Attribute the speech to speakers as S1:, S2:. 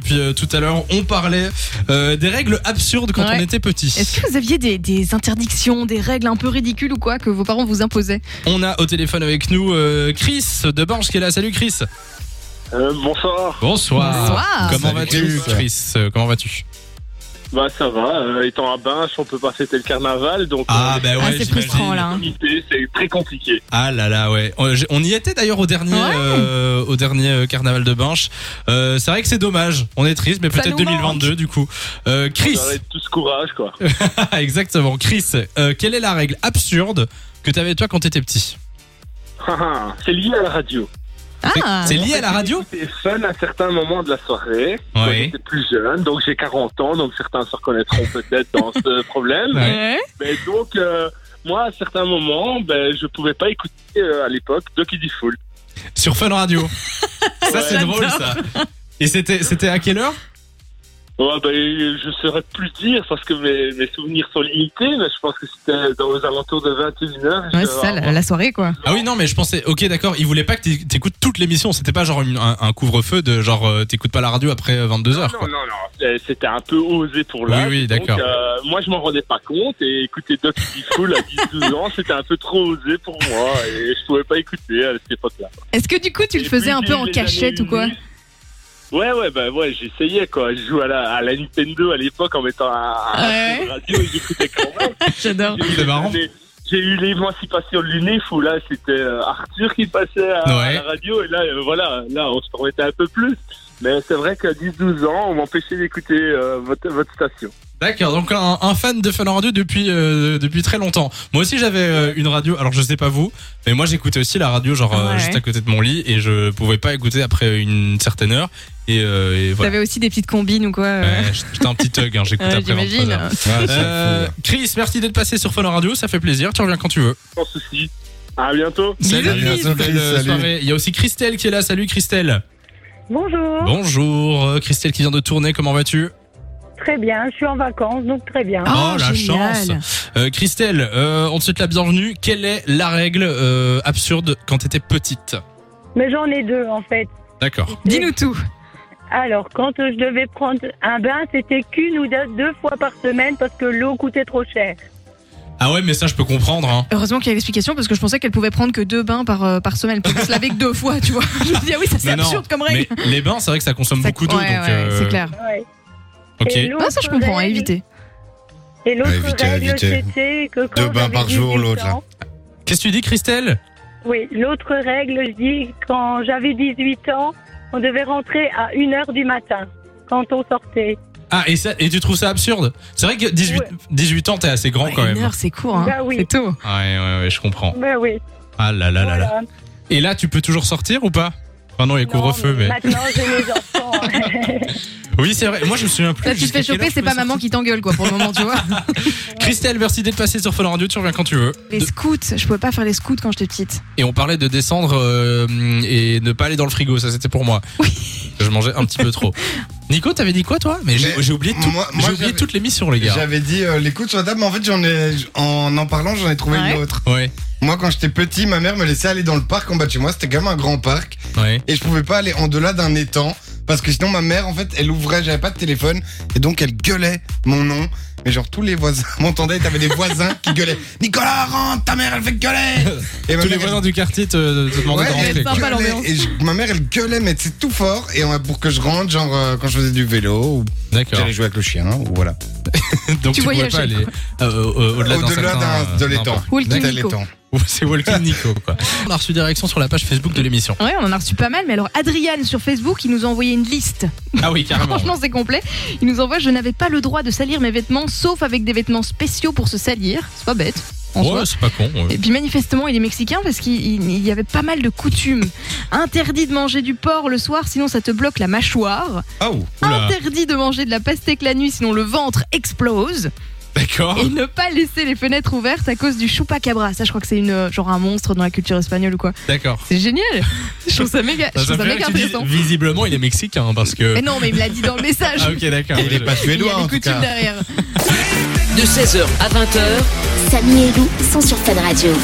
S1: depuis euh, tout à l'heure. On parlait euh, des règles absurdes quand
S2: Ouais.
S1: on était petit.
S2: Est-ce que vous aviez des, des interdictions, des règles un peu ridicules ou quoi que vos parents vous imposaient
S1: On a au téléphone avec nous euh, Chris de Banche qui est là. Salut Chris.
S3: Euh, bonsoir,
S1: Bonsoir.
S2: Bonsoir.
S1: Comment
S4: Salut,
S1: vas-tu,
S4: Chris.
S1: Chris Euh, Comment vas-tu
S3: bah ça va, euh, étant à Binche, on peut pas fêter le carnaval, donc
S1: Ah bah ouais,
S5: Ah, c'est frustrant
S1: j'imagine.
S5: là. hein.
S3: limité, c'est très compliqué.
S1: Ah là là ouais. On j'ai- on y était d'ailleurs au dernier
S2: Ouais.
S1: euh, au dernier euh, carnaval de Banche. Euh, c'est vrai que c'est dommage. On est triste, mais
S2: Ça
S1: peut-être
S2: nous manque.
S1: 2022 du coup. Euh, Chris,
S3: On aurait tout ce courage, quoi.
S1: ah, exactement. Chris, euh, quelle est la règle absurde que t'avais toi quand t'étais petit
S3: Ah, c'est lié à la radio.
S1: C'est-
S2: Ah.
S1: C'est lié à la radio
S3: C'était fun à certains moments de la soirée, quand
S1: Ouais.
S3: j'étais plus jeune, donc j'ai 40 ans, donc certains se reconnaîtront peut-être dans ce problème.
S1: Ouais.
S3: Mais donc, euh, moi, à certains moments, ben, je pouvais pas écouter euh, à l'époque Doki Kid Fool.
S1: sur Fun Radio. ça c'est
S2: J'adore.
S1: drôle ça. Et c'était c'était à quelle heure
S3: Ouais, ben, je saurais plus dire parce que mes, mes souvenirs sont limités, mais je pense que c'était dans aux alentours de 21h.
S2: Ouais, c'est ça, la, la soirée quoi.
S1: Ah oui non mais je pensais ok d'accord. Ils voulaient pas que t'é- t'écoutes toute l'émission. C'était pas genre une- un, un couvre-feu de genre euh, t'écoutes pas la radio après 22 h
S3: Non, non, non, euh, c'était un peu osé pour l'âge.
S1: Oui, oui,
S3: donc,
S1: d'accord.
S3: euh, moi, je m'en rendais pas compte et écouter Doc Fool à 10-12 ans, c'était un peu trop osé pour moi et je pouvais pas écouter à cette époque-là.
S2: Est-ce que du coup tu le
S3: Et
S2: faisais
S3: puis,
S2: un peu en
S3: les
S2: cachette ou
S3: années
S2: quoi
S3: 90, Ouais, ouais, bah ouais, j'essayais quoi. Je jouais à la, à la Nintendo à l'époque en mettant un, un-
S2: Ouais.
S3: une radio et j'écoutais quand même.
S2: J'adore.
S1: C'est marrant.
S3: J'ai- J'ai eu l'émancipation de l'UNEF où là c'était euh, Arthur qui passait à, à
S1: Ouais.
S3: la radio et là euh, voilà, là on se permettait un peu plus. Mais c'est vrai qu'à 10-12 ans, on m'empêchait d'écouter euh, votre, votre station.
S1: D'accord, donc un, un fan de Fun Radio depuis euh, depuis très longtemps. Moi aussi j'avais euh, une radio, alors je sais pas vous, mais moi j'écoutais aussi la radio genre euh,
S5: Ouais.
S1: juste à côté de mon lit et je pouvais pas écouter après une certaine heure et, euh, et voilà.
S2: T'avais aussi des petites combines ou quoi euh,
S1: Ouais, j'étais un petit thug, hein, j'écoutais
S2: euh,
S1: après 23
S2: J'imagine.
S1: heures. Euh, Chris, merci d'être passé sur Fun Radio, ça fait plaisir. Tu reviens quand tu veux.
S3: Sans souci. À bientôt.
S1: Salut,
S4: Chris.
S1: belle, euh,
S4: Salut.
S1: soirée. Il y a aussi Christelle qui est là. Salut Christelle.
S6: Bonjour.
S1: Bonjour, euh, Christelle qui vient de tourner. Comment vas-tu
S6: Très bien, je suis en vacances, donc très bien.
S1: Oh,
S5: Oh,
S1: la
S5: génial.
S1: Euh, Christelle, euh, on te souhaite la bienvenue. Quelle est la règle euh, absurde quand t'étais petite
S6: Mais j'en ai deux en fait.
S1: D'accord.
S2: Dis-nous tout.
S6: Alors, quand euh, je devais prendre un bain, c'était qu'une ou deux deux fois par semaine parce que l'eau coûtait trop cher.
S1: Ah ouais, mais ça, je peux comprendre. Hein.
S2: Heureusement qu'il y a l'explication parce que je pensais qu'elle pouvait prendre que deux bains par, euh, par semaine. Elle pouvait se laver que deux fois, tu vois. Je me dis, ah oui, ça c'est
S1: Non, non,
S2: absurde comme règle.
S1: Mais les bains, c'est vrai que ça consomme
S2: Ça-
S1: beaucoup d'eau.
S2: ouais,
S1: donc,
S2: ouais,
S1: euh,
S2: c'est clair.
S6: Ouais.
S1: Ok.
S6: Et
S2: Ah, ça je
S6: l'autre
S2: comprends, à
S6: règle-
S2: éviter.
S6: Et l'autre
S4: Ouais, éviter,
S6: règle,
S4: éviter.
S6: c'était que quand
S4: Deux bains
S6: j'avais
S4: par jour,
S6: 18
S4: l'autre, là.
S6: ans-
S1: Qu'est-ce que tu dis, Christelle
S6: Oui, l'autre règle, je dis, quand j'avais 18 ans, on devait rentrer à 1 heure du matin quand on sortait.
S1: Ah, et, ça, et tu trouves ça absurde C'est vrai que 18,
S6: Ouais.
S1: 18 ans, t'es assez grand Oh, quand
S2: Ouais,
S1: même.
S2: Une
S1: Ouais,
S2: heure, c'est court, hein.
S6: Bah oui.
S2: c'est tôt.
S1: ouais, ouais, je comprends.
S6: Ben oui.
S1: Ah là là là là.
S6: voilà.
S1: Et là, tu peux toujours sortir ou pas Enfin, non, il y a
S6: Non,
S1: couvre-feu, mais.
S6: mais Maintenant, j'ai mes enfants. hein.
S1: Oui, c'est vrai. Moi, je me souviens plus.
S2: Là, tu te
S1: jusqu'à
S2: fais
S1: quelle
S2: choper,
S1: heure je
S2: c'est
S1: pouvais
S2: pas maman
S1: sortir.
S2: qui t'engueule, quoi, pour le moment, tu vois.
S1: Christelle, merci d'être passée sur Fun Radio. Tu reviens quand tu veux.
S2: Les scouts, je pouvais pas faire les scouts quand j'étais petite.
S1: Et on parlait de descendre euh, et ne pas aller dans le frigo, ça c'était pour moi. Je mangeais un petit peu trop. Nico, t'avais dit quoi toi Mais j'ai
S4: Mais
S1: j'ai oublié, tout,
S4: moi-
S1: j'ai
S4: moi,
S1: oublié
S4: j'avais-
S1: toute l'émission les gars.
S4: J'avais dit euh, les coups sur la table, mais en fait, j'en ai, en en parlant, j'en ai trouvé
S2: Ah Ouais.
S4: une autre.
S1: Ouais,
S4: Moi, quand j'étais petit, ma mère me laissait aller dans le parc en bas de chez moi. C'était quand même un grand parc.
S1: ouais.
S4: Et je pouvais pas aller en delà d'un étang. Parce que sinon, ma mère, en fait, elle ouvrait, j'avais pas de téléphone. Et donc, elle gueulait mon nom. Mais genre, tous les voisins m'entendaient. T'avais des voisins qui gueulaient. Nicolas, rentre, ta mère, elle fait gueuler. Et ma
S1: Tous les
S4: mère, elle
S1: voisins du quartier te, te demandaient
S4: Ouais,
S1: de rentrer.
S4: elle
S1: quoi.
S2: Sympa,
S4: gueulait,
S2: l'ambiance.
S4: et je- ma mère elle gueulait mais c'est tout fort et euh, pour que je rentre genre euh, quand je faisais du vélo ou
S1: D'accord.
S4: j'allais jouer avec le chien ou voilà
S1: Donc tu,
S2: Tu
S1: pouvais pas
S2: voyageais,
S1: aller euh, euh, au-delà d'un
S4: au-delà
S1: certain,
S4: d'un-
S1: euh,
S4: de l'étang
S1: parc.
S2: Walking
S4: D'un
S2: Nico.
S4: étang.
S1: Ouais, C'est Walking Nico quoi. On a reçu des réactions sur la page Facebook de l'émission.
S2: Ouais, on en a reçu pas mal, mais alors Adriane sur Facebook, il nous a envoyé une liste.
S1: Ah oui, carrément.
S2: Franchement, c'est complet. Il nous envoie Je n'avais pas le droit de salir mes vêtements, sauf avec des vêtements spéciaux pour se salir. C'est pas bête. en soi.
S1: Ouais, c'est pas con. ouais.
S2: Et puis manifestement, il est mexicain parce qu'il il- il y avait pas mal de coutumes. Interdit de manger du porc le soir, sinon ça te bloque la mâchoire.
S4: Oh,
S1: Oula.
S2: Interdit de manger de la pastèque la nuit, sinon le ventre explose.
S1: D'accord.
S2: Et ne pas laisser les fenêtres ouvertes à cause du chupacabra. Ça, je crois que c'est une euh, genre un monstre dans la culture espagnole ou quoi.
S1: D'accord.
S2: C'est génial. Je trouve ça méga, je
S1: Ça, ça me
S2: trouve ça
S1: fait rire
S2: méga
S1: que tu
S2: intéressant.
S1: dises, visiblement, il est mexicain hein, parce que.
S2: Mais Eh non, mais il me l'a dit dans le message.
S1: Ah ok, d'accord.
S4: il est pas
S2: Il y
S4: suédois
S2: a
S4: en
S2: des
S4: tout
S2: coutumes
S4: cas
S2: derrière.
S7: De 16h à 20h,
S5: Heures.
S8: Samy et Lou sont sur Fun Radio.